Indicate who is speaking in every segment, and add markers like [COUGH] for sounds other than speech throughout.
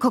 Speaker 1: こ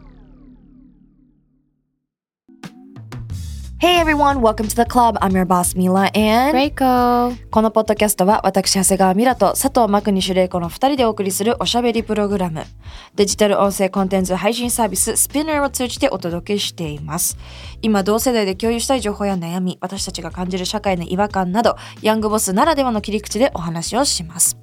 Speaker 2: Hey everyone, welcome to the club. I'm your boss Mila and
Speaker 1: イコー
Speaker 2: このポッドキャストは私長谷川ミラと佐藤真国主玲子の2人でお送りするおしゃべりプログラムデジタル音声コンテンツ配信サービススピナーを通じてお届けしています今同世代で共有したい情報や悩み私たちが感じる社会の違和感などヤングボスならではの切り口でお話をします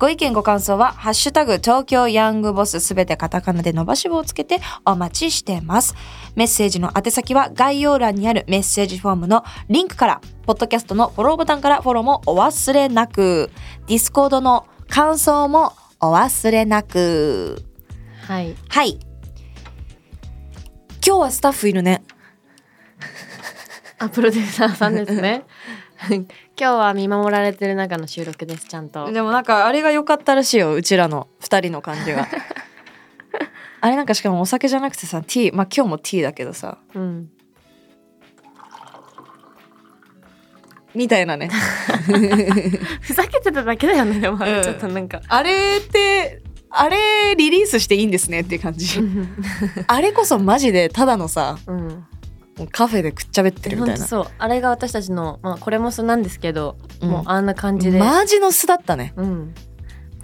Speaker 2: ご意見ご感想は「ハッシュタグ東京ヤングボス」すべてカタカナで伸ばし棒をつけてお待ちしてますメッセージの宛先は概要欄にあるメッセージフォームのリンクからポッドキャストのフォローボタンからフォローもお忘れなく。ディスコードの感想もお忘れなく。
Speaker 1: はい
Speaker 2: はい。今日はスタッフいるね。
Speaker 3: あプロデューサーさんですね [LAUGHS] 今日は見守られてる中の収録ですちゃんと
Speaker 2: でもなんかあれが良かったらしいよ。うちらの二人の感じが。あれなんかしかもお酒じゃなくてさ、ティー、まあ今日もティーだけどさ、
Speaker 3: うん
Speaker 2: みたいなね。
Speaker 3: ふざけてただけだよねで
Speaker 2: う
Speaker 3: も、
Speaker 2: ん
Speaker 3: ちょっとなんか
Speaker 2: あれって、あれリリースしていいんですねっていう感じ。あれこそマジでただのさ、
Speaker 3: うん
Speaker 2: もうカフェでくっちゃべってるみ
Speaker 3: 本
Speaker 2: たい
Speaker 3: 当
Speaker 2: な。
Speaker 3: そうあれが私たちのまあこれも素なんですけど、
Speaker 2: うん
Speaker 3: もうあんな感じで、
Speaker 2: マジの素だったね。
Speaker 3: うん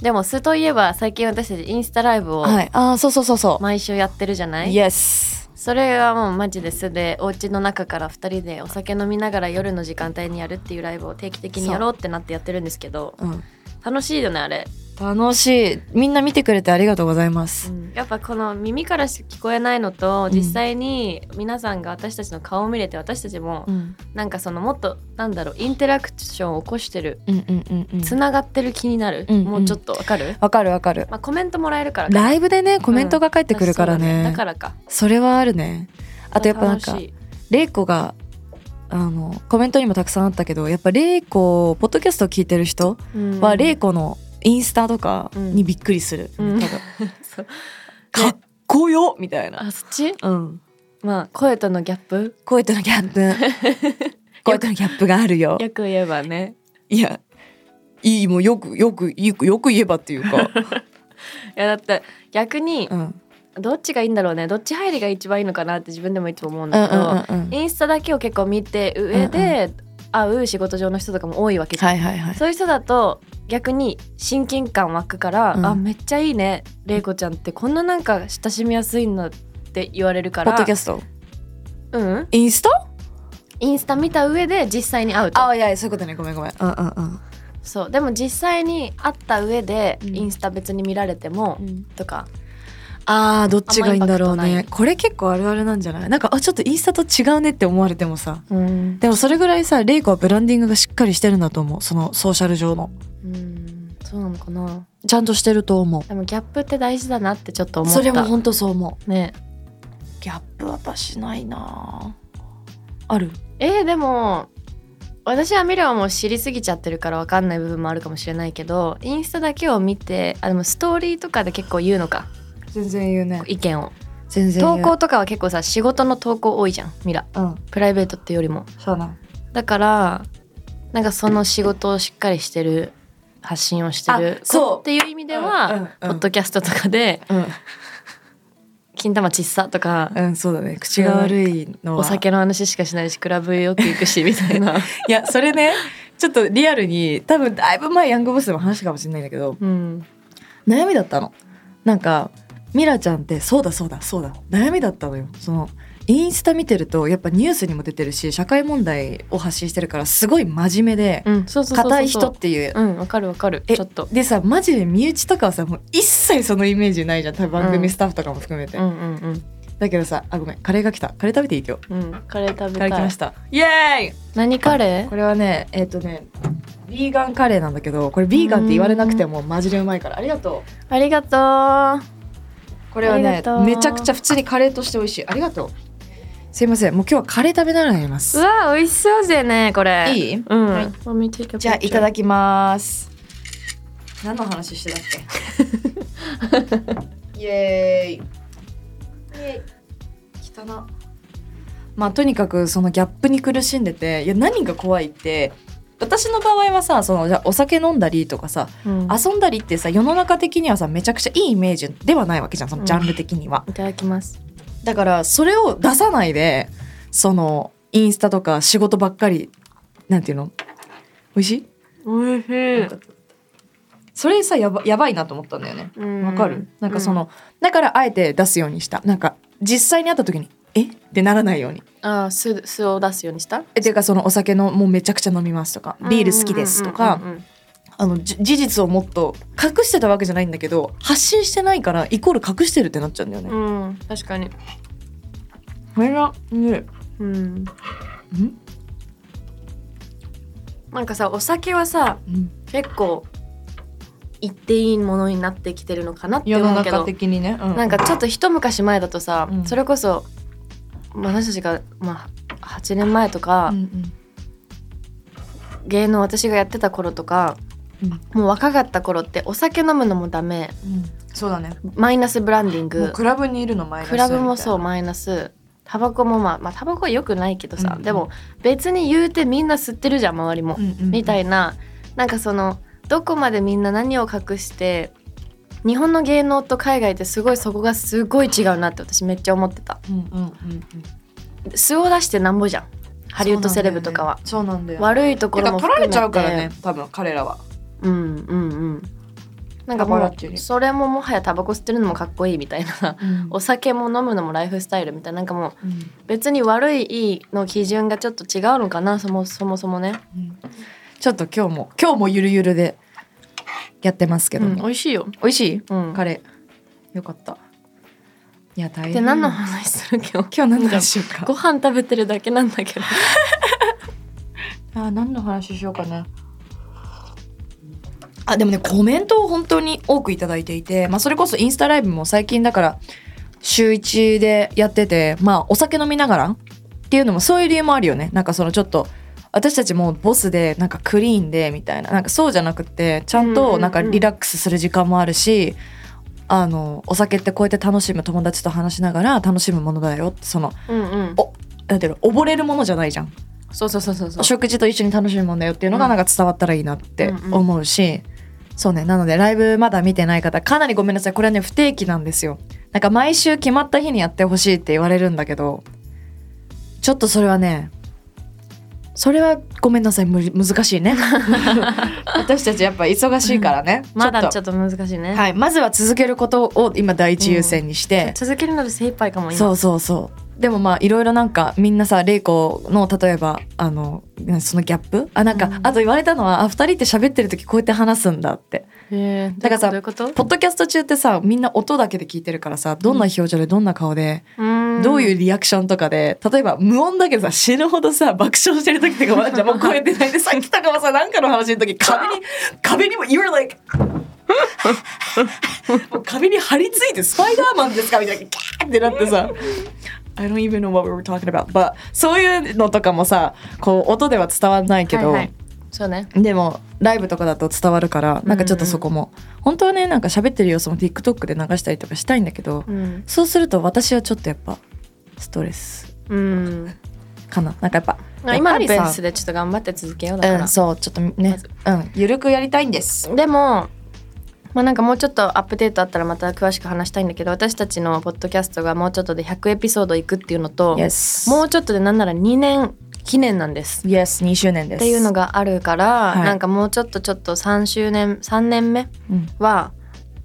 Speaker 3: でも素といえば最近私たちインスタライブを
Speaker 2: はい、ああそうそうそうそう。
Speaker 3: 毎週やってるじゃない、
Speaker 2: Yes。
Speaker 3: それはもうマジで素でお家の中から2人でお酒飲みながら夜の時間帯にやるっていうライブを定期的にやろうってなってやってるんですけど
Speaker 2: うん、
Speaker 3: 楽しいよねあれ
Speaker 2: 楽しい。みんな見てくれてありがとうございます。
Speaker 3: やっぱこの耳からしか聞こえないのと、
Speaker 2: うん
Speaker 3: 実際に皆さんが私たちの顔を見れて私たちも
Speaker 2: うん、
Speaker 3: なんかそのもっとなんだろうインタラクションを起こしてる
Speaker 2: うん、うん、うん、うん。
Speaker 3: つながってる気になる、
Speaker 2: うん
Speaker 3: もうちょっとわかる、
Speaker 2: わかるわかる。
Speaker 3: まあ、コメントもらえるからか
Speaker 2: ライブでね、コメントが返ってくるから
Speaker 3: そうだ
Speaker 2: ね
Speaker 3: だ。からか
Speaker 2: それはあるね。あとやっぱなんか
Speaker 3: 楽、しい
Speaker 2: 玲子が。あのコメントにもたくさんあったけどやっぱ玲子ポッドキャストを聞いてる人
Speaker 3: うん
Speaker 2: は玲子のインスタとかにびっくりする、
Speaker 3: うん
Speaker 2: 多分
Speaker 3: [LAUGHS] そう
Speaker 2: [LAUGHS] かっこよみたいな、
Speaker 3: あそっち
Speaker 2: うん、
Speaker 3: まあ声とのギャップ
Speaker 2: 声とのギャップ
Speaker 3: [LAUGHS]
Speaker 2: 声とのギャップがあるよ
Speaker 3: よく言えばね
Speaker 2: いや、いい、もうよく、よく、よく、よく言えばっていうか。
Speaker 3: [LAUGHS] いやだって逆に
Speaker 2: うん。うん
Speaker 3: どっちがいいんだろうねどっち入りが一番いいのかなって自分でもいつも思うん
Speaker 2: うん
Speaker 3: だけど、
Speaker 2: うん。
Speaker 3: インスタだけを結構見て上で会う仕事上の人とかも多いわけじゃん、
Speaker 2: いはいは。
Speaker 3: そういう人だと逆に親近感湧くから、
Speaker 2: うん
Speaker 3: あめっちゃいいね玲子ちゃんってこんななんか親しみやすいんだって言われるか
Speaker 2: ポッ
Speaker 3: ら
Speaker 2: ドキャスト。
Speaker 3: うん、
Speaker 2: インスタ。
Speaker 3: インスタ見た上で実際に会うと
Speaker 2: いやいや、そういうことね、ごめんごめん。うんうん
Speaker 3: そうでも実際に会った上で
Speaker 2: うん
Speaker 3: インスタ別に見られても、
Speaker 2: うん。
Speaker 3: とか
Speaker 2: ああ、どっちがいいんだろう
Speaker 3: あんまインパ
Speaker 2: ね。これ結構あるあるなんじゃない。なんか、あ、ちょっとインスタと違うねって思われてもさ。
Speaker 3: うん
Speaker 2: でも、それぐらいさ、レイコはブランディングがしっかりしてるんだと思う。そのソーシャル上の。
Speaker 3: そうなのかな
Speaker 2: ちゃんとしてると思
Speaker 3: でもギャップって大事だなってちょっと
Speaker 2: う。
Speaker 3: 思った
Speaker 2: それも本当そう思
Speaker 3: ね
Speaker 2: う。ギャップ私ないなぁ。ある。
Speaker 3: えー、でも私はミラはもう知りすぎちゃってるから分かんない部分もあるかもしれないけどインスタだけを見てあでもストーリーとかで結構言うのか
Speaker 2: 全然言うね。
Speaker 3: 意見を
Speaker 2: 全然言
Speaker 3: 投
Speaker 2: う。
Speaker 3: 稿とかは結構さ仕事の投稿多いじゃんミラ
Speaker 2: うん。
Speaker 3: プライベートってよりも
Speaker 2: そうなん。
Speaker 3: だからなんかその仕事をしっかりしてる発信をしてる
Speaker 2: あそう
Speaker 3: っていう意味では、
Speaker 2: うんうん
Speaker 3: ポッドキャストとかで
Speaker 2: うん。
Speaker 3: 「金玉ちっさ」とか、
Speaker 2: うん、そうだね。口が悪いのは。
Speaker 3: お酒の話しかしないしクラブよく行くしみた
Speaker 2: [LAUGHS]
Speaker 3: いな、
Speaker 2: いや、それね、ちょっとリアルに、多分だいぶ前ヤングボスでも話したかもしれないんだけど、
Speaker 3: うん、
Speaker 2: 悩みだったの。なんか、ミラちゃんって、そうだそうだそうだ、悩みだったのよ。その、インスタ見てると、やっぱニュースにも出てるし、社会問題を発信してるから、すごい真面目で、
Speaker 3: うん、そうそうそうそう
Speaker 2: 硬い人っていう。
Speaker 3: うんわかるわかる
Speaker 2: え
Speaker 3: ちょっと
Speaker 2: でさ、マジで身内とかはさ、もう一切そのイメージないじゃん。多分番組スタッフとかも含めて。
Speaker 3: うんうん
Speaker 2: だけどさ、あ、ごめん、カレーが来た。カレー食べていい今日。
Speaker 3: うんうんカレー食べ
Speaker 2: カ
Speaker 3: たい
Speaker 2: レー来ました。イエーイ
Speaker 3: 何カレ
Speaker 2: これはねえっ、とねビーガンカレーなんだけどこれビーガンって言われなくてもマジでうまいからありがとう
Speaker 3: ーありがとう
Speaker 2: これは
Speaker 3: あり
Speaker 2: ね
Speaker 3: がとう
Speaker 2: めちゃくちゃ普通にカレーとして美味しいありがとうすいませんもう今日はカレー食べながらやりま
Speaker 3: う
Speaker 2: す
Speaker 3: わ美味しそうだよねこれ
Speaker 2: いい
Speaker 3: うん、
Speaker 2: はいじゃあいただ
Speaker 3: き
Speaker 2: きます何の話してたっ [LAUGHS] けイエーイイエーイ汚なまあとにかくそのギャップに苦しんでていや何が怖いって私の場合はさそのじゃあお酒飲んだりとかさ
Speaker 3: うん
Speaker 2: 遊んだりってさ世の中的にはさめちゃくちゃいいイメージではないわけじゃんそのジャンル的には、
Speaker 3: いただきます
Speaker 2: だからそれを出さないでそのインスタとか仕事ばっかりなんていうの美味しい
Speaker 3: おいしい
Speaker 2: それさやばやばいなと思ったんだよねわかる、なんかそ、の、だからあえて出すようにしたなんか実際に会った時に「えっ?」てならないように
Speaker 3: うああ酢酢を出すようにした
Speaker 2: えていうかそのお酒のもうめちゃくちゃ飲みますとかビール好きですとか、
Speaker 3: うんうんうんうん
Speaker 2: あのじ事実をもっと隠してたわけじゃないんだけど発信してないからイコール隠してるってなっちゃうんだよね、
Speaker 3: うん、うん確かに
Speaker 2: これがね
Speaker 3: うん
Speaker 2: うん
Speaker 3: なんかさお酒はさ
Speaker 2: うん
Speaker 3: 結構言っていいものになってきてるのかなって
Speaker 2: 世
Speaker 3: 思
Speaker 2: の
Speaker 3: うけ
Speaker 2: 中
Speaker 3: ど
Speaker 2: 的にね、う
Speaker 3: なんかちょっと一昔前だとさ、
Speaker 2: うん
Speaker 3: それこそまあ私たちが、まあ、8年前とか
Speaker 2: うん、うん
Speaker 3: 芸能私がやってた頃とか、もう若かった頃ってお酒飲むのもダメ
Speaker 2: うんそうだね
Speaker 3: マイナスブランディン
Speaker 2: もう
Speaker 3: グ
Speaker 2: クラブにいるの前
Speaker 3: クラブもそうマイナスタバコもまあ、まあ、タバコは良くないけどさ、
Speaker 2: うんうん
Speaker 3: でも別に言うてみんな吸ってるじゃん周りも、みた
Speaker 2: い
Speaker 3: いななんかそのどこまでみんな何を隠して日本の芸能と海外ってすごいそこがすごい違うなって私めっちゃ思ってた
Speaker 2: うんうんうんうん
Speaker 3: 素を出してなんぼじゃんハリウッドセレブとかは、
Speaker 2: そうなんだよね、そうなんだよね
Speaker 3: 悪いとこ
Speaker 2: て
Speaker 3: ろ
Speaker 2: か
Speaker 3: も
Speaker 2: 取ら
Speaker 3: 含め
Speaker 2: れ
Speaker 3: て
Speaker 2: ちゃうからね多分彼らは
Speaker 3: うんうんうんなんか
Speaker 2: パパ
Speaker 3: も
Speaker 2: ラッチに
Speaker 3: うそれももはやタバコ吸ってるのもかっこいいみたい
Speaker 2: [LAUGHS]
Speaker 3: な
Speaker 2: うん
Speaker 3: お酒も飲むのもライフスタイルみたいななんかもう別に悪いいいの基準がちょっと違うのかなそもそもそもね、
Speaker 2: ちょっと今日も今日もゆるゆるでやってますけども、
Speaker 3: 美味しいよ、
Speaker 2: 美味しい
Speaker 3: うん、
Speaker 2: カレーよかったいや大変
Speaker 3: で何の話する今日
Speaker 2: 今日何の話しようか
Speaker 3: ご飯食べてるだけなんだけ
Speaker 2: [LAUGHS]
Speaker 3: ど
Speaker 2: あー何の話しようかなあでもねコメントを本当に多くいただいていて、まあ、それこそインスタライブも最近だから週1でやっててまあお酒飲みながらっていうのもそういう理由もあるよねなんかそのちょっと私たちもボスでなんかクリーンでみたいななんかそうじゃなくてちゃん
Speaker 3: うんうんう
Speaker 2: と
Speaker 3: ん
Speaker 2: なんかリラックスする時間もあるし、あのお酒ってこうやって楽しむ友達と話しながら楽しむものだよってその
Speaker 3: うんうん
Speaker 2: おなんていうの溺れるものじゃないじゃん。
Speaker 3: そうそうそうそうそ
Speaker 2: お
Speaker 3: う
Speaker 2: 食事と一緒に楽しむもんだよっていうの
Speaker 3: う
Speaker 2: が
Speaker 3: ん
Speaker 2: なんか伝わったらいいなって
Speaker 3: うんうん
Speaker 2: 思うし、そうねなのでライブまだ見てない方かなりごめんなさいこれはね不定期なんですよなんか毎週決まった日にやってほしいって言われるんだけどちょっとそれはねそれはごめんなさいむり難しい
Speaker 3: [LAUGHS]
Speaker 2: ね私たちやっぱ忙しいからね、
Speaker 3: まだ
Speaker 2: ち
Speaker 3: ち
Speaker 2: ょっ
Speaker 3: ょっと難しいね、
Speaker 2: とはいまずは続けることを今第一優先にして、
Speaker 3: 続けるので精一杯かも今
Speaker 2: そうそうそうでもまあいろいろなんかみんなさ玲子の例えばあのそのギャップあなんか、
Speaker 3: うん
Speaker 2: あと言われたのはあ2人って喋ってる時こうやって話すんだって
Speaker 3: へー
Speaker 2: だからさ
Speaker 3: どういうことどういうこ
Speaker 2: ポッドキャスト中ってさみんな音だけで聞いてるからさどんな表情でどんな顔で、
Speaker 3: とうーん
Speaker 2: どういうリアクションとかで例えば無音だけどさ死ぬほどさ爆笑してる時とかもあ
Speaker 3: [LAUGHS]
Speaker 2: るじゃんもう声出ないでさっきとかもさなんかの話の時壁に壁にも「You're like 」もう壁に張り付いて「スパイダーマンですか?」みたいなキャーってなってさ。I don't even know what we were talking about. But そういうのとかもさこう音では伝わんないけど、
Speaker 3: はいはいそうね
Speaker 2: でもライブとかだと伝わるからなんかちょっとそこも、本当はねなんか喋ってる様子も TikTok で流したりとかしたいんだけど、
Speaker 3: うん
Speaker 2: そうすると私はちょっとやっぱストレス
Speaker 3: うん
Speaker 2: かななんかやっぱ
Speaker 3: まあ今の
Speaker 2: やっ
Speaker 3: ベ
Speaker 2: ぱりさ
Speaker 3: ースでちょっと頑張って続けようだか
Speaker 2: うん
Speaker 3: ら、
Speaker 2: そうちょっとね
Speaker 3: まず
Speaker 2: うんゆるくやりたいんです
Speaker 3: でもまあなんかもうちょっとアップデートあったらまた詳しく話したいんだけど私たちのポッドキャストがもうちょっとで100エピソードいくっていうのと
Speaker 2: Yes
Speaker 3: もうちょっとでなんなら2年記念なんです。
Speaker 2: Yes 2周年で
Speaker 3: っ
Speaker 2: す
Speaker 3: ていうのがあるから、
Speaker 2: はい
Speaker 3: なんかもうちょっとちょっと3周年3年目
Speaker 2: うん
Speaker 3: は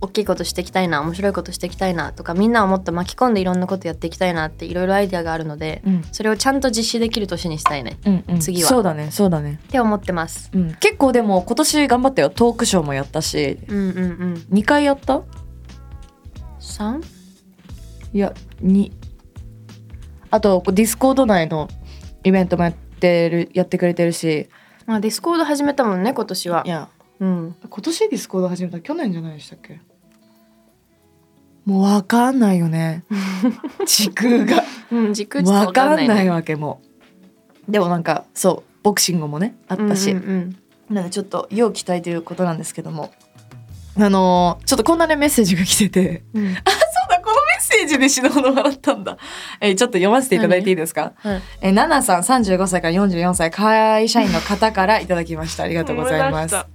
Speaker 3: 大きいことしていきたいな面白いことしていきたいなとかみんなをもっと巻き込んでいろんなことやっていきたいなっていろいろアイデアがあるので
Speaker 2: うん
Speaker 3: それをちゃんと実施できる年にしたいね
Speaker 2: うんうん
Speaker 3: 次は
Speaker 2: そうだねそうだね
Speaker 3: って思ってます。
Speaker 2: うん結構でも今年頑張ったよトークショーもやったし
Speaker 3: うんうんうん。
Speaker 2: 2回やった
Speaker 3: 三？
Speaker 2: いや2あとディスコード内のイベントもやってるやってくれてるし。
Speaker 3: まあディスコード始めたもんね今年はい
Speaker 2: や
Speaker 3: うん。
Speaker 2: 今年ディスコード始めた去年じゃないでしたっけもうわかんないよ [LAUGHS] ね時空が
Speaker 3: うん軸ちょっと
Speaker 2: わ
Speaker 3: わ
Speaker 2: か
Speaker 3: かんなんい、
Speaker 2: ない
Speaker 3: ね、
Speaker 2: わけもうでもなんかそうボクシングもねあったし、
Speaker 3: うんうん
Speaker 2: なのでちょっと要期待ということなんですけどもあのーちょっとこんなねメッセージが来てて
Speaker 3: うんう
Speaker 2: [LAUGHS]
Speaker 3: ん
Speaker 2: そうだこのメッセージで死ぬほど笑ったんだ、えーちょっと読ませていただいていいですか、
Speaker 3: はい
Speaker 2: えー、ナナさん35歳から44歳会社員の方からいただきましたありがとうございます
Speaker 3: 思い出した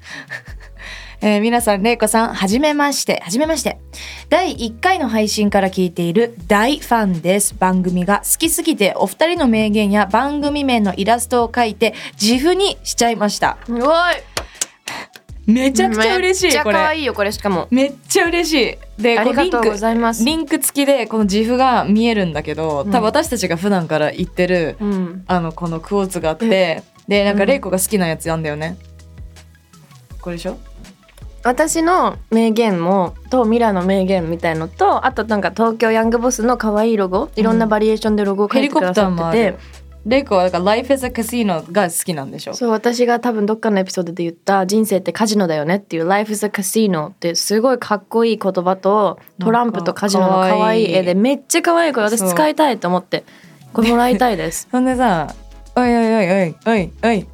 Speaker 2: えー皆さん、れいこさん、はじめまして、はじめまして。第1回の配信から聞いている大ファンです。番組が好きすぎて、お二人の名言や番組名のイラストを描いて、自負にしちゃいました。
Speaker 3: すごい
Speaker 2: めちゃくちゃ嬉し
Speaker 3: めっち
Speaker 2: い、
Speaker 3: ゃ
Speaker 2: こ
Speaker 3: 可
Speaker 2: れ。
Speaker 3: 愛いよこれしかも
Speaker 2: めっちゃ嬉しい。で、
Speaker 3: あ
Speaker 2: この
Speaker 3: りが
Speaker 2: リン
Speaker 3: とうご
Speaker 2: ク、
Speaker 3: ざいます
Speaker 2: リンク付きで、この自負が見えるんだけど、
Speaker 3: うん
Speaker 2: 多分私たちが普段から言ってる、
Speaker 3: うん
Speaker 2: あの、このクォーツがあって、で、なんか、
Speaker 3: うん
Speaker 2: れいこが好きなやつなんだよね。これでしょ
Speaker 3: 私の名言もとミラの名言みたいのとあとなんか東京ヤングボスの可愛いロゴいろんなバリエーションでロゴを
Speaker 2: ヘ
Speaker 3: 書い
Speaker 2: リ
Speaker 3: てく
Speaker 2: コプ
Speaker 3: だ
Speaker 2: ター
Speaker 3: さ
Speaker 2: も
Speaker 3: っ
Speaker 2: あ
Speaker 3: て
Speaker 2: る
Speaker 3: て。
Speaker 2: レイコはだから「Life is a Casino」が好きなんでしょ
Speaker 3: そう私が多分どっかのエピソードで言った人生ってカジノだよねっていう「Life is a Casino」ってすごいかっこいい言葉とトランプとカジノの
Speaker 2: なんか
Speaker 3: 可愛い絵でめっちゃ可愛いこれ私
Speaker 2: そう
Speaker 3: 使いたいと思ってこれもらいたいです
Speaker 2: そんでさ「おいおいおいおいおいおい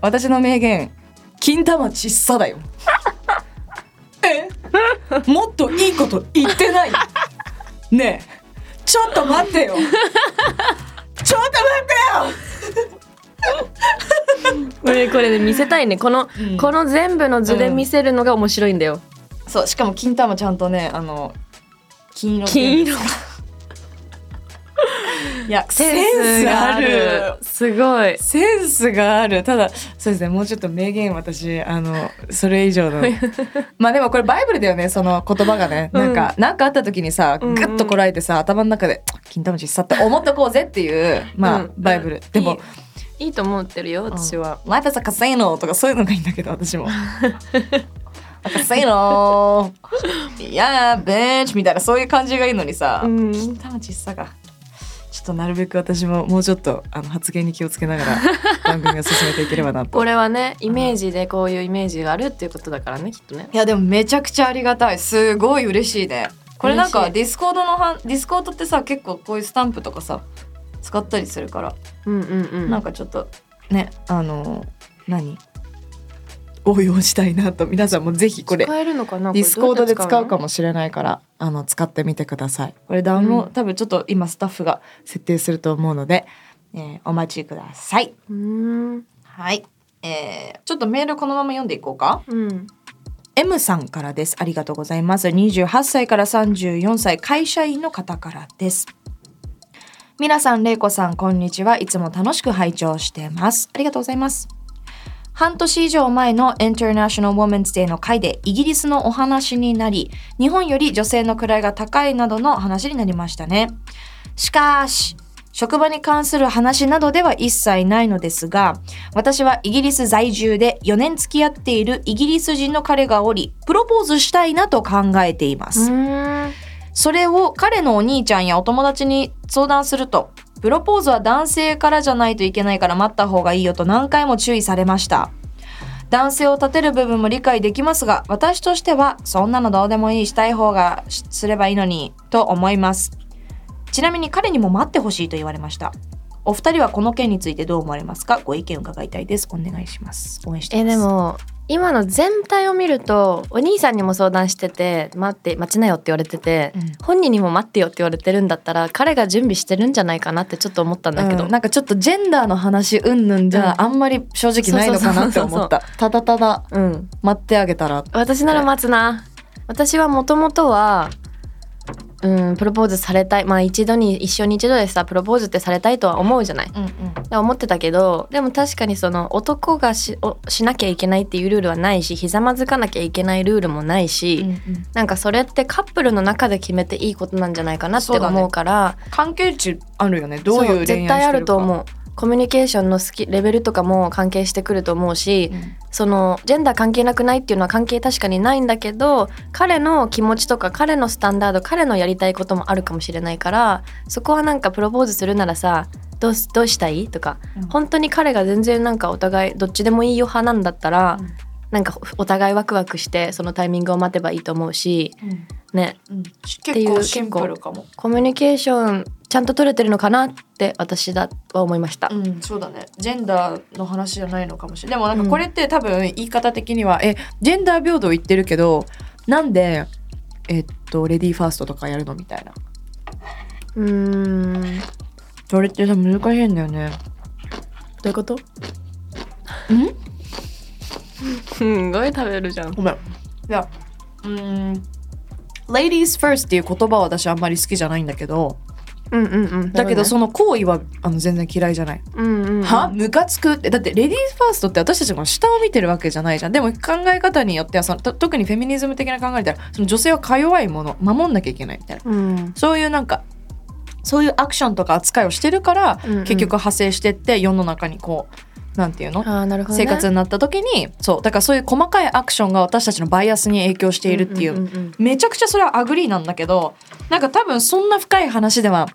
Speaker 2: 私の名言金玉ちっさ
Speaker 3: [LAUGHS]
Speaker 2: だよ」えもっといいこと言って
Speaker 3: [LAUGHS]
Speaker 2: ないねえちょっと待ってよちょっと待っ
Speaker 3: [LAUGHS] これこれで見せたいねこの、
Speaker 2: てよ、
Speaker 3: この全部の図で見せるのが面白いんだよ、
Speaker 2: そうしかも金玉ちゃんとねあの金色
Speaker 3: 金色
Speaker 2: いやセンスがある
Speaker 3: すごい
Speaker 2: センスがあるただそうですねもうちょっと名言私あのそれ以上のまあでもこれバイブルだよねその言葉がねなんか、なんかあった時にさ
Speaker 3: うんう
Speaker 2: グ
Speaker 3: ん
Speaker 2: ッとこらえてさ頭の中で「金玉ちっさ」って思っとこうぜっていうまあ、
Speaker 3: うん
Speaker 2: バイブルでも
Speaker 3: いいいと思ってるよ私は
Speaker 2: 「Life is a casino」とかそういうのがいいんだけど私
Speaker 3: [LAUGHS]
Speaker 2: も「カセイノー」「いやーベーチ」みたいなそういう感じがいいのにさ、
Speaker 3: うん
Speaker 2: 金玉ちっさが。ちょっとなるべく私ももうちょっとあの発言に気をつけながら番組を進めていければなと
Speaker 3: これはねイメージでこういうイメージがあるっていうことだからねきっとね
Speaker 2: [LAUGHS] いやでもめちゃくちゃありがたいすごい嬉しいねこれなん
Speaker 3: 嬉
Speaker 2: か
Speaker 3: しい
Speaker 2: ディスコードのはんディスコードってさ結構こういうスタンプとかさ使ったりするから、
Speaker 3: うんうんうん
Speaker 2: なんかちょっとねあの何応用したいなと皆さんもぜひこれ
Speaker 3: 使えるのかな
Speaker 2: ディスコードで使うか
Speaker 3: も
Speaker 2: もしれないからあの使ってみてくださいこれダウンロード、
Speaker 3: うん
Speaker 2: 多分ちょっと今スタッフが設定すると思うので、えーお待ちくださいう
Speaker 3: ーん
Speaker 2: はい、えーちょっとメールこのまま読んでいこうか
Speaker 3: うん、
Speaker 2: M さんからです。ありがとうございます。28歳から34歳、会社員の方からです。皆さん、れいこさん、こんにちは。いつも楽しく拝聴してます。ありがとうございます。半年以上前の International Women's Day の会でイギリスのお話になり、日本より女性の位が高いなどの話になりましたね。しかし、職場に関する話などでは一切ないのですが、私はイギリス在住で4年付き合っているイギリス人の彼がおり、プロポーズしたいなと考えています。それを彼のお兄ちゃんやお友達に相談すると、プロポーズは男性からじゃないといけないから待った方がいいよと何回も注意されました。男性を立てる部分も理解できますが、私としてはそんなのどうでもいいしたい方がしすればいいのにと思います。ちなみに彼にも待ってほしいと言われました。お二人はこの件についてどう思われますかご意見伺いたいです。お願いします。応援してい
Speaker 3: え
Speaker 2: ます。
Speaker 3: でも今の全体を見るとお兄さんにも相談してて「待って待ちなよ」って言われてて、
Speaker 2: うん
Speaker 3: 本人にも「待ってよ」って言われてるんだったら彼が準備してるんじゃないかなってちょっと思ったんだけど、
Speaker 2: うんなんかちょっとジェンダーの話うんぬんじゃあんまり正直ないのかなって思ったただただ
Speaker 3: うん、
Speaker 2: 待ってあげたら
Speaker 3: 私なら待つな私はもともとはうんプロポーズされたいまあ一度に一生に一度でさプロポーズってされたいとは思うじゃないだか
Speaker 2: うんうん
Speaker 3: ら思ってたけどでも確かにその男がしおしなきゃいけないっていうルールはないしひざまずかなきゃいけないルールもないし、なんかそれってカップルの中で決めていいことなんじゃないかなって
Speaker 2: そうだね
Speaker 3: 思うから
Speaker 2: 関係値あるよねどう
Speaker 3: そ
Speaker 2: いう
Speaker 3: 絶対あると思うコミュニケーションの好きレベルとかも関係してくると思うし、そのジェンダー関係なくないっていうのは関係確かにないんだけど彼の気持ちとか彼のスタンダード彼のやりたいこともあるかもしれないからそこはなんかプロポーズするならさどうすどうしたいとか、
Speaker 2: うん
Speaker 3: 本当に彼が全然なんかお互いどっちでもいいよ派なんだったら、
Speaker 2: うん
Speaker 3: なんかお互いワクワクしてそのタイミングを待てばいいと思うしね
Speaker 2: うん、
Speaker 3: てい
Speaker 2: 結
Speaker 3: う
Speaker 2: 構シンプルかも。
Speaker 3: コミュニケーションちゃんと取れてるのかなって私だは思いました、
Speaker 2: うん、そうだね。ジェンダーの話じゃないのかもしれない。でもなんかこれって多分言い方的には、え、ジェンダー平等言ってるけど、なんで、えっと、レディーファーストとかやるのみたいな。
Speaker 3: うーんど
Speaker 2: それってさ、難しいんだよね。
Speaker 3: ういうこと
Speaker 2: ん
Speaker 3: すんごい食べるじゃん
Speaker 2: ごめん。いや、うーん。Ladies first っていう言葉は私あんまり好きじゃないんだけど、
Speaker 3: うんうんうん
Speaker 2: だけどその行為はあの全然嫌いじゃない。
Speaker 3: うんうんうん
Speaker 2: はムカつくってだってレディースファーストって私たちの下を見てるわけじゃないじゃんでも考え方によってはそのと特にフェミニズム的な考えたらその女性はか弱いもの守んなきゃいけないみたいな
Speaker 3: うん
Speaker 2: そういうなんかそういうアクションとか扱いをしてるから、
Speaker 3: うんうん
Speaker 2: 結局派生してって世の中にこうなんていうの、
Speaker 3: ああなるほど、ね、
Speaker 2: 生活になった時にそうだからそういう細かいアクションが私たちのバイアスに影響しているっていう,、
Speaker 3: んんん
Speaker 2: めちゃくちゃそれはアグリーなんだけどなんか多分そんな深い話では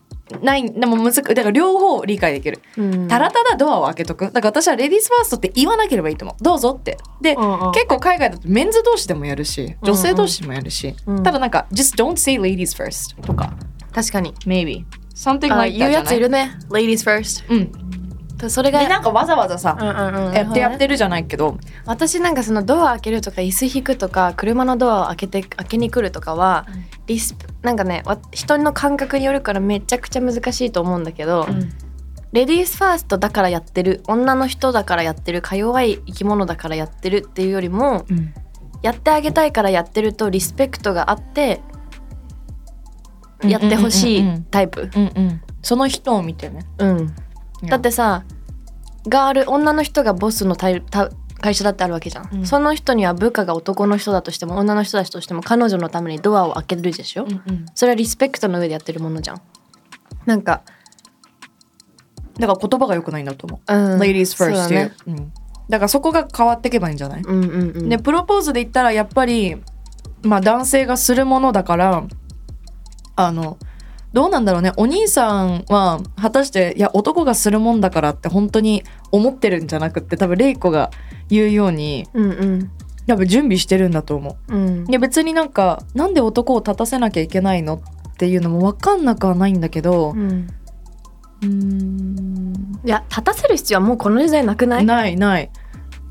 Speaker 2: ないでも難だから両方理解できる。
Speaker 3: うんうん
Speaker 2: たらただドアを開けとくだから私はレディースファーストって言わなければいいと思うどうぞってで
Speaker 3: うんうん
Speaker 2: 結構海外だとメンズ同士でもやるし女性同士でもやるし、
Speaker 3: うん
Speaker 2: ただなんか「just don't say ladies first」とか
Speaker 3: 確かに
Speaker 2: 「maybe something
Speaker 3: あ
Speaker 2: like that じ
Speaker 3: 言う
Speaker 2: ゃ
Speaker 3: や
Speaker 2: な
Speaker 3: つ
Speaker 2: い」
Speaker 3: いるね ladies first
Speaker 2: うん、
Speaker 3: それが
Speaker 2: でなんかわざわざさ、
Speaker 3: うんうんうん
Speaker 2: やってやって
Speaker 3: る
Speaker 2: るじゃないけど、
Speaker 3: ほどね私なんかそのドア開けるとか椅子引くとか車のドアを開けて開けに来るとかは
Speaker 2: うん
Speaker 3: リスペなんかねわ人の感覚によるからめちゃくちゃ難しいと思うんだけど、レディースファーストだからやってる女の人だからやってるか弱い生き物だからやってるっていうよりも
Speaker 2: うん
Speaker 3: やってあげたいからやってるとリスペクトがあってやってほし
Speaker 2: うんうんうんう
Speaker 3: い
Speaker 2: ん
Speaker 3: タイプ。
Speaker 2: うんうん、その人を見てね
Speaker 3: うんだってさガール女の人がボスのタイタ会社だってあるわけじゃん、
Speaker 2: うん
Speaker 3: その人には部下が男の人だとしても女の人だとしても彼女のためにドアを開けるでしょ、
Speaker 2: うんうん
Speaker 3: それはリスペクトの上でやってるものじゃんなんか、
Speaker 2: だから言葉が良くないんだと思
Speaker 3: う
Speaker 2: う、
Speaker 3: ん、
Speaker 2: ladies
Speaker 3: そう
Speaker 2: first っ
Speaker 3: だ
Speaker 2: ていう
Speaker 3: ね
Speaker 2: うんだからそこが変わっていけばいいんじゃない
Speaker 3: うんうんうん
Speaker 2: でプロポーズで言ったらやっぱり、まあ、男性がするものだからあのどうなんだろうねお兄さんは果たしていや男がするもんだからって本当に思ってるんじゃなくって多分レイコが言うように
Speaker 3: うんうん
Speaker 2: 多分準備してるんだと思
Speaker 3: うん
Speaker 2: う。いや別になんかなんで男を立たせなきゃいけないのっていうのも分かんなくはないんだけど
Speaker 3: うん
Speaker 2: うーん
Speaker 3: いや立たせる必要はもうこの時代なくない
Speaker 2: ないない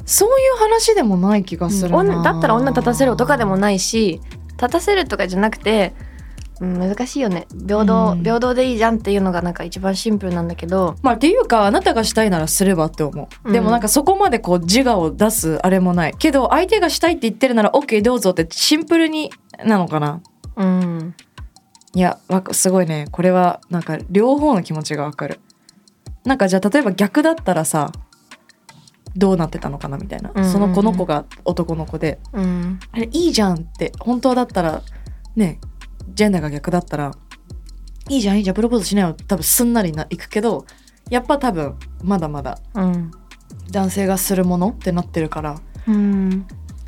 Speaker 2: そういう話でもない気がするな、
Speaker 3: 女だったら女立たせるとかでもないし立たせるとかじゃなくて、うん、難しいよね平等、
Speaker 2: うん
Speaker 3: 平等でいいじゃんっていうのがなんか一番シンプルなんだけど
Speaker 2: まあっていうかあなたがしたいならすればって思う、
Speaker 3: うん
Speaker 2: でもなんかそこまでこう自我を出すあれもないけど相手がしたいって言ってるなら OK どうぞってシンプルになのかな
Speaker 3: うん
Speaker 2: いやわかすごいねこれはなんか両方の気持ちがわかるなんかじゃあ例えば逆だったらさどうなってたのかなみたいな、
Speaker 3: うんうんうん
Speaker 2: その子の子が男の子で
Speaker 3: うん
Speaker 2: あれいいじゃんって本当だったらねジェンダーが逆だったらいいじゃんいいじゃんプロポーズしないよ多分すんなりないくけどやっぱ多分まだまだ
Speaker 3: うん
Speaker 2: 男性がするものってなってるから
Speaker 3: うん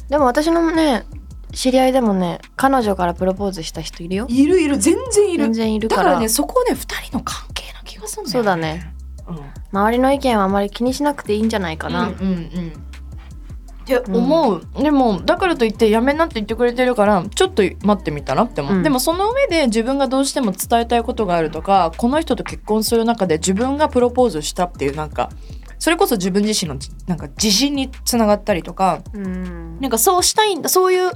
Speaker 3: でも私のね知り合いでもね彼女からプロポーズした人いるよ
Speaker 2: いるいる全然い
Speaker 3: 全然いる
Speaker 2: だ
Speaker 3: か
Speaker 2: かららねそこはね2人の関係な気がするんだ
Speaker 3: そう
Speaker 2: よ
Speaker 3: だね周りの意見はあまり気にしなくていいんじゃないか
Speaker 2: うん
Speaker 3: な、
Speaker 2: うんうんうんって思う、でもだからといってやめなって言ってくれてるからちょっと待ってみたらって思う、
Speaker 3: うん
Speaker 2: でもその上で自分がどうしても伝えたいことがあるとかこの人と結婚する中で自分がプロポーズしたっていうなんかそれこそ自分自身のなんか自信につながったりとか
Speaker 3: うん
Speaker 2: なんかそうしたいんだそういう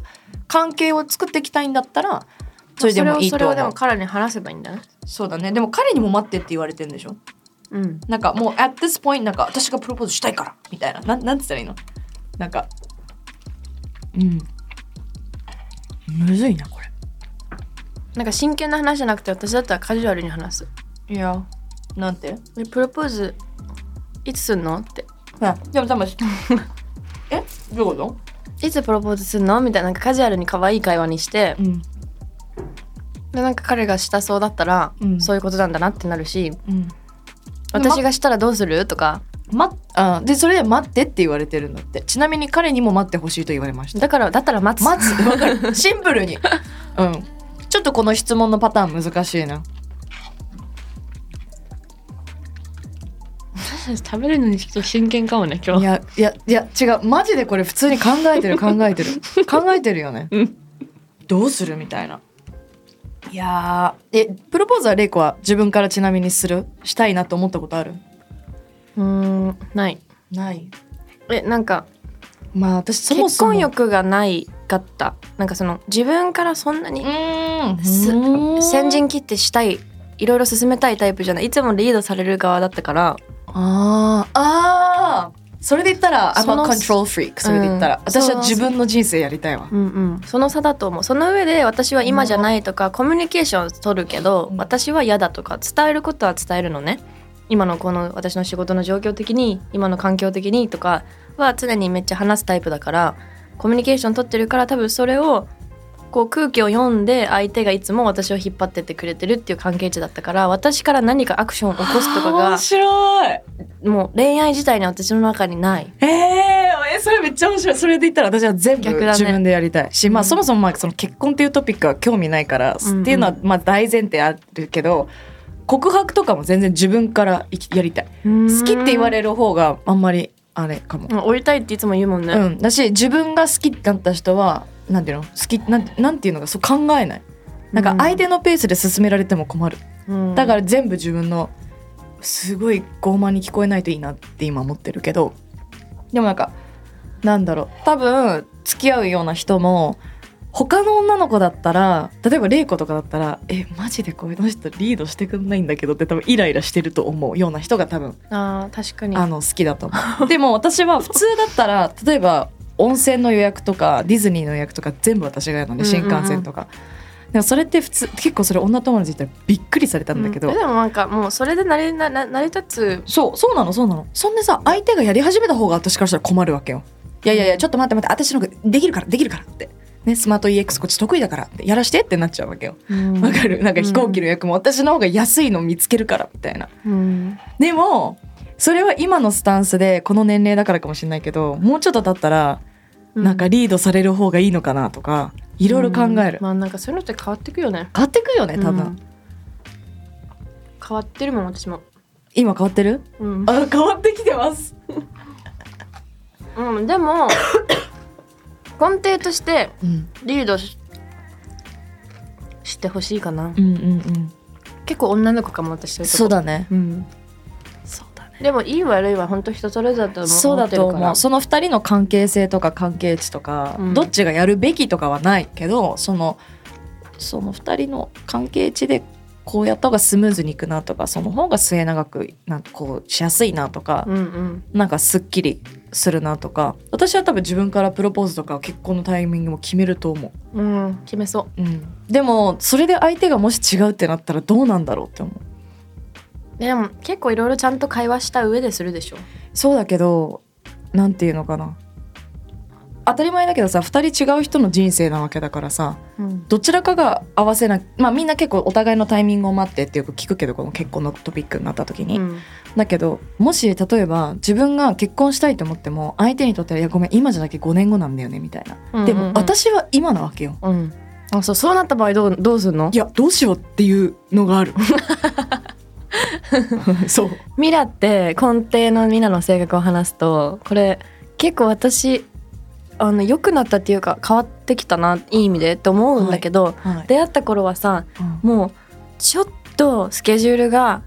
Speaker 2: 関係を作っていきたいんだったらそれでもいいと
Speaker 3: それ
Speaker 2: 思
Speaker 3: を
Speaker 2: う
Speaker 3: でも彼に話せばいいんだね
Speaker 2: そうだねでも彼にも待ってって言われてるんでしょ
Speaker 3: うん
Speaker 2: なんかもう at this point なんか私がプロポーズしたいからみたいななんなんて言ったらいいのなんかうんむずいなこれ
Speaker 3: なんか真剣な話じゃなくて私だったらカジュアルに話す
Speaker 2: いやなんて
Speaker 3: でプロポーズいつすんのって
Speaker 2: あでも多分 [LAUGHS] えどういうこ
Speaker 3: いつプロポーズすんのみたいななんかカジュアルに可愛い会話にして
Speaker 2: とうん
Speaker 3: でなんか彼がしたそうだったら、
Speaker 2: うん
Speaker 3: そういうことなんだなってなるし
Speaker 2: うん
Speaker 3: 私がしたらどうするとか
Speaker 2: まあでそれで待ってって言われてるんだってちなみに彼にも待ってほしいと言われました
Speaker 3: だからだったら待つ、
Speaker 2: 待
Speaker 3: [LAUGHS]
Speaker 2: つわかるシンプルにうんちょっとこの質問のパターン難しいな
Speaker 3: 食べるのにちょっと真剣かもね今
Speaker 2: いやいやいや違うマジ
Speaker 3: [LAUGHS]
Speaker 2: でこれ普通に考えてる考えてる考えてるよね、
Speaker 3: うん
Speaker 2: どうするみたいないやーえプロポーズはレイコは自分からちなみにするしたいなと思ったことある
Speaker 3: うーんない
Speaker 2: ない
Speaker 3: えなんか
Speaker 2: まあ私そも
Speaker 3: 結
Speaker 2: そも
Speaker 3: 婚欲がないかったなんかその自分からそんな
Speaker 2: う
Speaker 3: に
Speaker 2: ーん
Speaker 3: す
Speaker 2: うーん
Speaker 3: 先陣切ってしたいいろいろ進めたいタイプじゃないいつもリードされる側だったから
Speaker 2: あーあーそれで言ったら
Speaker 3: そ
Speaker 2: I'm
Speaker 3: の
Speaker 2: a control freak それで言ったら、
Speaker 3: うん
Speaker 2: 私は
Speaker 3: そう
Speaker 2: 自分の人生やりたいわ
Speaker 3: うんうん、その差だと思うその上で私は今じゃないとかコミュニケーションを取るけど、
Speaker 2: うん
Speaker 3: 私は嫌だとか伝えることは伝えるのね今のこの私の仕事の状況的に今の環境的にとかは常にめっちゃ話すタイプだからコミュニケーション取ってるから多分それをこう空気を読んで相手がいつも私を引っ張ってってくれてるっていう関係値だったから私から何かアクションを起こすとか
Speaker 2: あー
Speaker 3: が
Speaker 2: 面白い
Speaker 3: もう恋愛自体に私の中にない
Speaker 2: えー、えそれめっちゃ面白いそれで言ったら私は全部
Speaker 3: 逆だね
Speaker 2: 自分でやりたいし、まあ
Speaker 3: うん
Speaker 2: そもそもまあその結婚っていうトピックは興味ないから、
Speaker 3: うんうん
Speaker 2: っていうのはまあ大前提あるけど告白とかも全然自分からいきやりたい好
Speaker 3: 好
Speaker 2: きって言わ
Speaker 3: る
Speaker 2: れる方があんまりあれかも、
Speaker 3: 降りたいっていつも言うもんね、
Speaker 2: うん、だし自分が好きだった人はなんていうの好きなんてなんていうのかそう考えないなんか相手のペースで進められても困る、
Speaker 3: うん
Speaker 2: だから全部自分のすごい傲慢に聞こえないといいなって今思ってるけどでもなんかなんだろう多分付き合うような人も他の女の子だったら例えば玲子とかだったら「えマジでこの人リードしてくんないんだけど」って多分イライラしてると思うような人が多分
Speaker 3: あー確かに
Speaker 2: あの好きだと
Speaker 3: [LAUGHS]
Speaker 2: 思うでも私は普通だったら例えば温泉の予約とかディズニーの予約とか全部私がやるのね
Speaker 3: うんうんう
Speaker 2: 新
Speaker 3: ん
Speaker 2: 幹線とか、でもそれって普通結構それ女友達いたらびっくりされたんだけど、
Speaker 3: うんでもなんかもうそれで成りなな成り立つ
Speaker 2: そうそうなのそうなのそんでさ相手がやり始めた方が私からしたら困るわけよいやいやいやちょっと待って待って私の方ができるからできるからってねスマート EX こっち得意だからってやらしてってなっちゃうわけよ
Speaker 3: うん
Speaker 2: わかるなんか飛行機の予約も私の方が安いの見つけるからみたいな
Speaker 3: うん
Speaker 2: でもそれは今のスタンスでこの年齢だからかもしれないけどもうちょっと経ったらなんかリードされる方がいいのかなとかいろいろ考える、
Speaker 3: うんまあなんかそういうのって変わってくよね
Speaker 2: 変わってくよね多分、
Speaker 3: うん変わってるもん私も
Speaker 2: 今変わってる
Speaker 3: うん、
Speaker 2: あ変わってきてます
Speaker 3: うん、でも根底として
Speaker 2: うん
Speaker 3: リードししてほしいか
Speaker 2: う
Speaker 3: な
Speaker 2: んうんうん
Speaker 3: 結構女の子かも私そういうとこ
Speaker 2: そうだね
Speaker 3: うん、
Speaker 2: そうだね
Speaker 3: でもいい悪いは本当人それぞれだと思
Speaker 2: そうだと
Speaker 3: 思ってるか
Speaker 2: 思
Speaker 3: ら
Speaker 2: うその2人の関係性とか関係値とか、
Speaker 3: うん
Speaker 2: どっちがやるべきとかはないけどそのその2人の関係値でこうやった方がスムーズにいくなとかその方が末永くなんかこうしやすいなとか、
Speaker 3: うんうん
Speaker 2: なんかすっきりするなとか私は多分自分からプロポーズとか結婚のタイミングも決めると思、
Speaker 3: うん、決めそう
Speaker 2: うん、でもそれで相手がもし違うってなったらどうなんだろうって思う
Speaker 3: うでも結構いろいろちゃんと会話した上でするでしょ
Speaker 2: そうだけどなんていうのかな当たり前だけどさ2人違う人の人生なわけだからさ
Speaker 3: うん
Speaker 2: どちらかが合わせなまあみんな結構お互いのタイミングを待ってってよく聞くけどこの結婚のトピックになった時に、
Speaker 3: うん
Speaker 2: だけどもし例えば自分が結婚したいと思っても相手にとってはいやごめん今じゃなきゃ5年後なんだよねみたいなでも、私は今なわけよ。
Speaker 3: うんうんうんあそうそうなった場合どうどうするの
Speaker 2: いやどうしようっていうのがあ [LAUGHS] る。そう。
Speaker 3: ミラって根底のミラの性格を話すとこれ結構私あの良くなったっていうか変わってきたないい意味でって思うんだけど、
Speaker 2: はい。
Speaker 3: 出会った頃はさもうちょっとスケジュールが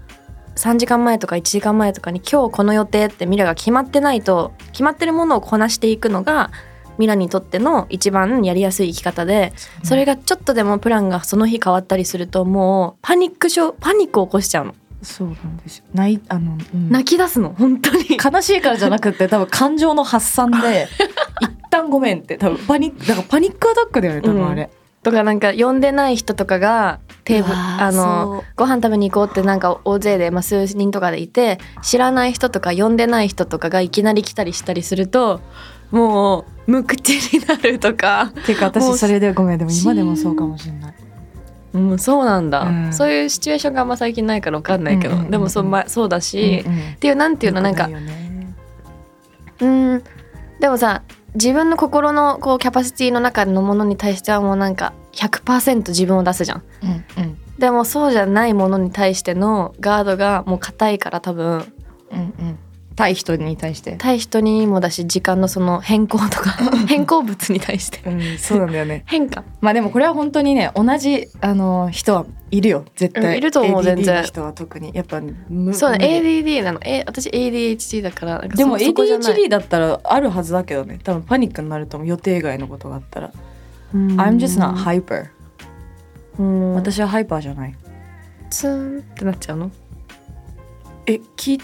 Speaker 3: 3時間前とか1時間前とかに今日この予定ってミラが決まってないと決まってるものをこなしていくのがミラにとっての一番やりやすい生き方でそれ
Speaker 2: が
Speaker 3: がちょっとでもプランがその日変わったりするともうパニック症パニックを起こしちゃうの
Speaker 2: そうなんですよ。ないあの、うん
Speaker 3: 泣き出すの本当に
Speaker 2: 悲しいからじゃなくて多分感情の発散 [LAUGHS] で一旦ごめんって多分パニックだからパニックアタックだよね多分あれ。
Speaker 3: とかなんか呼んでない人とかがテーブルあのご飯食べに行こうってなんか大勢で、まあ、数人とかでいて知らない人とか呼んでない人とかがいきなり来たりしたりするともう無口になるとか
Speaker 2: [LAUGHS] ていうか
Speaker 3: もう
Speaker 2: 私それでごめんでも今でもそうかもしれない。
Speaker 3: うんそうなんだ、
Speaker 2: うん
Speaker 3: そういうシチュエーションがあんま最近ないから分かんないけど、
Speaker 2: うんうんうんうん
Speaker 3: でもそう,、ま、そうだし、っ
Speaker 2: うんうん
Speaker 3: ていうなんていうのなんか
Speaker 2: よくいよね
Speaker 3: うんでもさ自分の心のこうキャパシティの中のものに対してはもうなんか100%自分を出すじゃん。
Speaker 2: うんうん
Speaker 3: でもそうじゃないものに対してのガードがもう硬いから多分
Speaker 2: うんうん対人に対して、
Speaker 3: 対人にもだし時間のその変更とか変更物に対して
Speaker 2: うん、そうなんだよね
Speaker 3: 変化
Speaker 2: まあでもこれは本当にね同じあの人はいるよ絶対、
Speaker 3: うんいると思
Speaker 2: ADD
Speaker 3: う全然
Speaker 2: の人は特にやっぱむ
Speaker 3: そうね
Speaker 2: 無理
Speaker 3: ADD なの、え私 ADHD だからなんかそ
Speaker 2: でも
Speaker 3: そこじゃない
Speaker 2: ADHD だったらあるはずだけどね多分パニックになると思う予定外のことがあったら
Speaker 3: うん
Speaker 2: I'm just not hyper
Speaker 3: うん
Speaker 2: 私はハイパーじゃない
Speaker 3: ツーンってなっちゃうの
Speaker 2: え聞い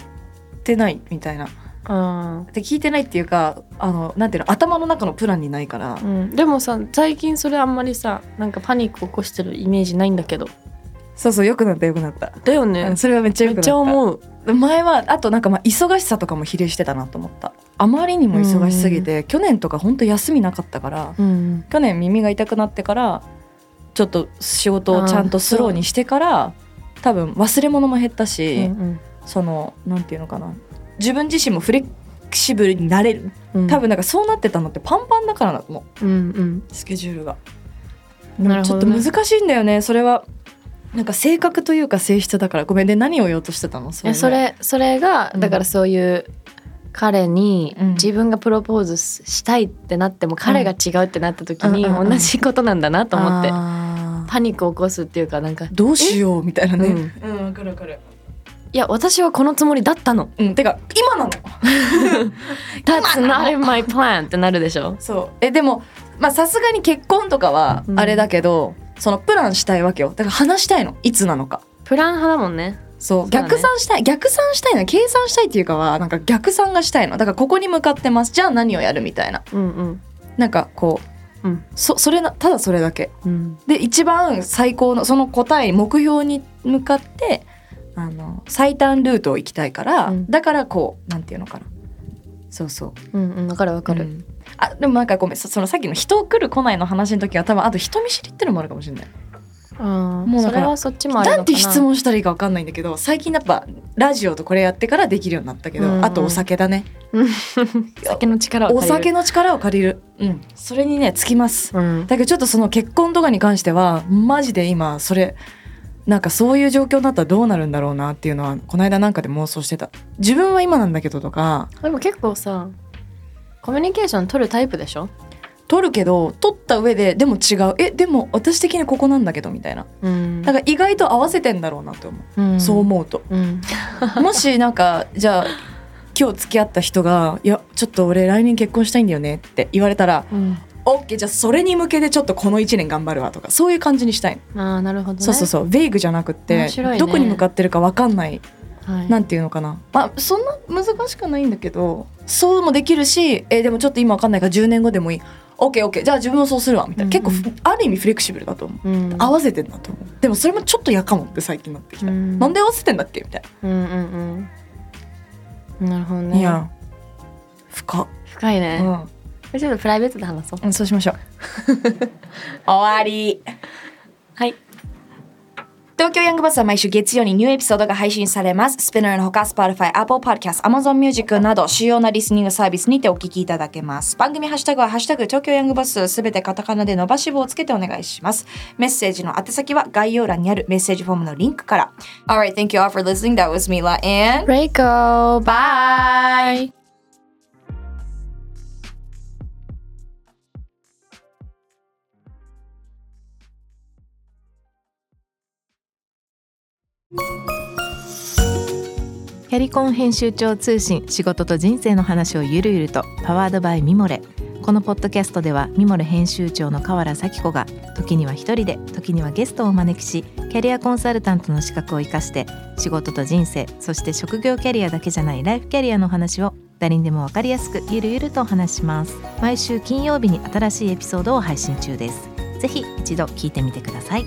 Speaker 2: てないみたいな
Speaker 3: あ
Speaker 2: で聞いてないっていうかあのなんていうの頭の中のプランにないから
Speaker 3: あ、うん、でもさ最近それあんまりさなんかパニック起こしてるイメージないんだけど
Speaker 2: そうそうよくなったよくなった、
Speaker 3: だよ
Speaker 2: う
Speaker 3: ね
Speaker 2: ん、それはめっちゃよ
Speaker 3: め
Speaker 2: く
Speaker 3: っ
Speaker 2: なっ
Speaker 3: ち
Speaker 2: た
Speaker 3: ゃ思う
Speaker 2: 前はあとなんかまあ忙しさとかも比例してたなと思ったあまりにも忙しすぎて、去年とか本当休みなかったから
Speaker 3: うん
Speaker 2: 去年耳が痛くなってからちょっと仕事をちゃんとスローにしてから多分忘れ物も減った
Speaker 3: う
Speaker 2: し、
Speaker 3: ん
Speaker 2: そのなんていうのかな自分自身もフレキシブルになれる
Speaker 3: うん
Speaker 2: 多分なんかそうなってたのってパンパンだからだと思
Speaker 3: うんうん
Speaker 2: うスケジュールが。
Speaker 3: なる
Speaker 2: ちょ
Speaker 3: ほ
Speaker 2: っ
Speaker 3: ど
Speaker 2: と
Speaker 3: ね、
Speaker 2: 難しいんだよねそれはなんか性格というか性質だからごめんで何を言おうとしてたのそ
Speaker 3: いやそれそれが
Speaker 2: うん
Speaker 3: だからそういう彼に
Speaker 2: うん
Speaker 3: 自分がプロポーズしたいってなっても彼が違うってなった時に
Speaker 2: うんうんうんうん
Speaker 3: 同じことなんだなと思って
Speaker 2: あー
Speaker 3: パニックを起こすっていうかなんかい
Speaker 2: どうしようみたいなね
Speaker 3: え
Speaker 2: うんわ、かるわかる
Speaker 3: や私はこのつもりだったの
Speaker 2: うんてか今なの
Speaker 3: That's not in my plan ってなるでしょ
Speaker 2: そうえでもまあさすがに結婚とかは
Speaker 3: うん
Speaker 2: あれだけど、そのプランしたいわけよだから話したいのいつなのか
Speaker 3: プラン派だもんね
Speaker 2: そう
Speaker 3: そうだね
Speaker 2: 逆算したい逆算したいな計算したいっていうかはなんか逆算がしたいのだからここに向かってますじゃあ何をやるみたいな
Speaker 3: うんうん
Speaker 2: なんかこう、
Speaker 3: うん
Speaker 2: そそれなただそれだけ
Speaker 3: うん
Speaker 2: で一番最高のその答え目標に向かってあの最短ルートを行きたいから、
Speaker 3: うん
Speaker 2: だからこうなんていうのかなそうそう
Speaker 3: うんうんわかるわかる、
Speaker 2: うんあでもなんかごめんそそのさっきの人来る来ないの話の時は多分あと人見知りってのもあるかもしれない
Speaker 3: ああ
Speaker 2: もうだ
Speaker 3: そ
Speaker 2: から
Speaker 3: れはそっちもあるのか
Speaker 2: な
Speaker 3: なん
Speaker 2: て質問したらいいか分かんないんだけど最近やっぱラジオとこれやってからできるようになったけど、
Speaker 3: うん
Speaker 2: あとお酒だね
Speaker 3: 酒の力を
Speaker 2: お
Speaker 3: 借り
Speaker 2: 酒
Speaker 3: る
Speaker 2: の力を借りるうんそれにねつきます
Speaker 3: うん
Speaker 2: だけどちょっとその結婚とかに関してはマジで今それなんかそういう状況になったらどうなるんだろうなっていうのはこの間なんかで妄想してた自分は今なんだけどとか
Speaker 3: でも結構さコミュニケーション取るタイプでしょ
Speaker 2: 取るけど取った上ででも違うえでも私的にここなんだけどみたいな
Speaker 3: うん
Speaker 2: だから意外と合わせてんだろうなって思う、
Speaker 3: うん
Speaker 2: そう思う
Speaker 3: [LAUGHS]
Speaker 2: と
Speaker 3: うん
Speaker 2: もしなんかじゃあ今日付き合った人が「いやちょっと俺来年結婚したいんだよね」って言われたら
Speaker 3: うん
Speaker 2: 「OK じゃあそれに向けてちょっとこの1年頑張るわ」とかそういう感じにしたいの
Speaker 3: ああなるほどね
Speaker 2: そうそうそうベイグじゃなくって、
Speaker 3: 面白いね
Speaker 2: どこに向かってるか分かんない
Speaker 3: はい
Speaker 2: なんていうのかなまあそんな難しくないんだけどそうもできるしえーでもちょっと今分かんないから10年後でもいい OKOK じゃあ自分もそうするわみたいな、
Speaker 3: うんうん
Speaker 2: 結構ある意味フレキシブルだと思う
Speaker 3: うん
Speaker 2: 合わせてんだと思うでもそれもちょっと嫌かもって最近なってきた、
Speaker 3: うん
Speaker 2: なんで合わせてんだっけみたい
Speaker 3: うんうんうんなるほど
Speaker 2: な、
Speaker 3: ね
Speaker 2: いや深っ、
Speaker 3: 深いね、
Speaker 2: う、
Speaker 3: ちょっとプライベートで話そうん
Speaker 2: そうしましょう [LAUGHS] 終わり
Speaker 3: はい
Speaker 2: 東京ヤングバスは毎週月曜にニューエピソードが配信されます。スピナーのほか、Spotify、Apple Podcast、Amazon Music など主要なリスニングサービスにてお聞きいただけます。番組ハッシュタグはハッシュタグ東京ヤングバスすべてカタカナで伸ばし棒をつけてお願いします。メッセージの宛先は概要欄にあるメッセージフォームのリンクから。Alright, thank you all for listening. That was Mila and
Speaker 3: Reiko bye
Speaker 4: 「キャリコン編集長通信仕事と人生の話をゆるゆると」パワードバイミモレこのポッドキャストではミモレ編集長の河原咲子が時には一人で時にはゲストをお招きしキャリアコンサルタントの資格を生かして仕事と人生そして職業キャリアだけじゃないライフキャリアのお話を誰にでも分かりやすくゆるゆるとお話します毎週金曜日に新しいエピソードを配信中ですぜひ一度聞いてみてください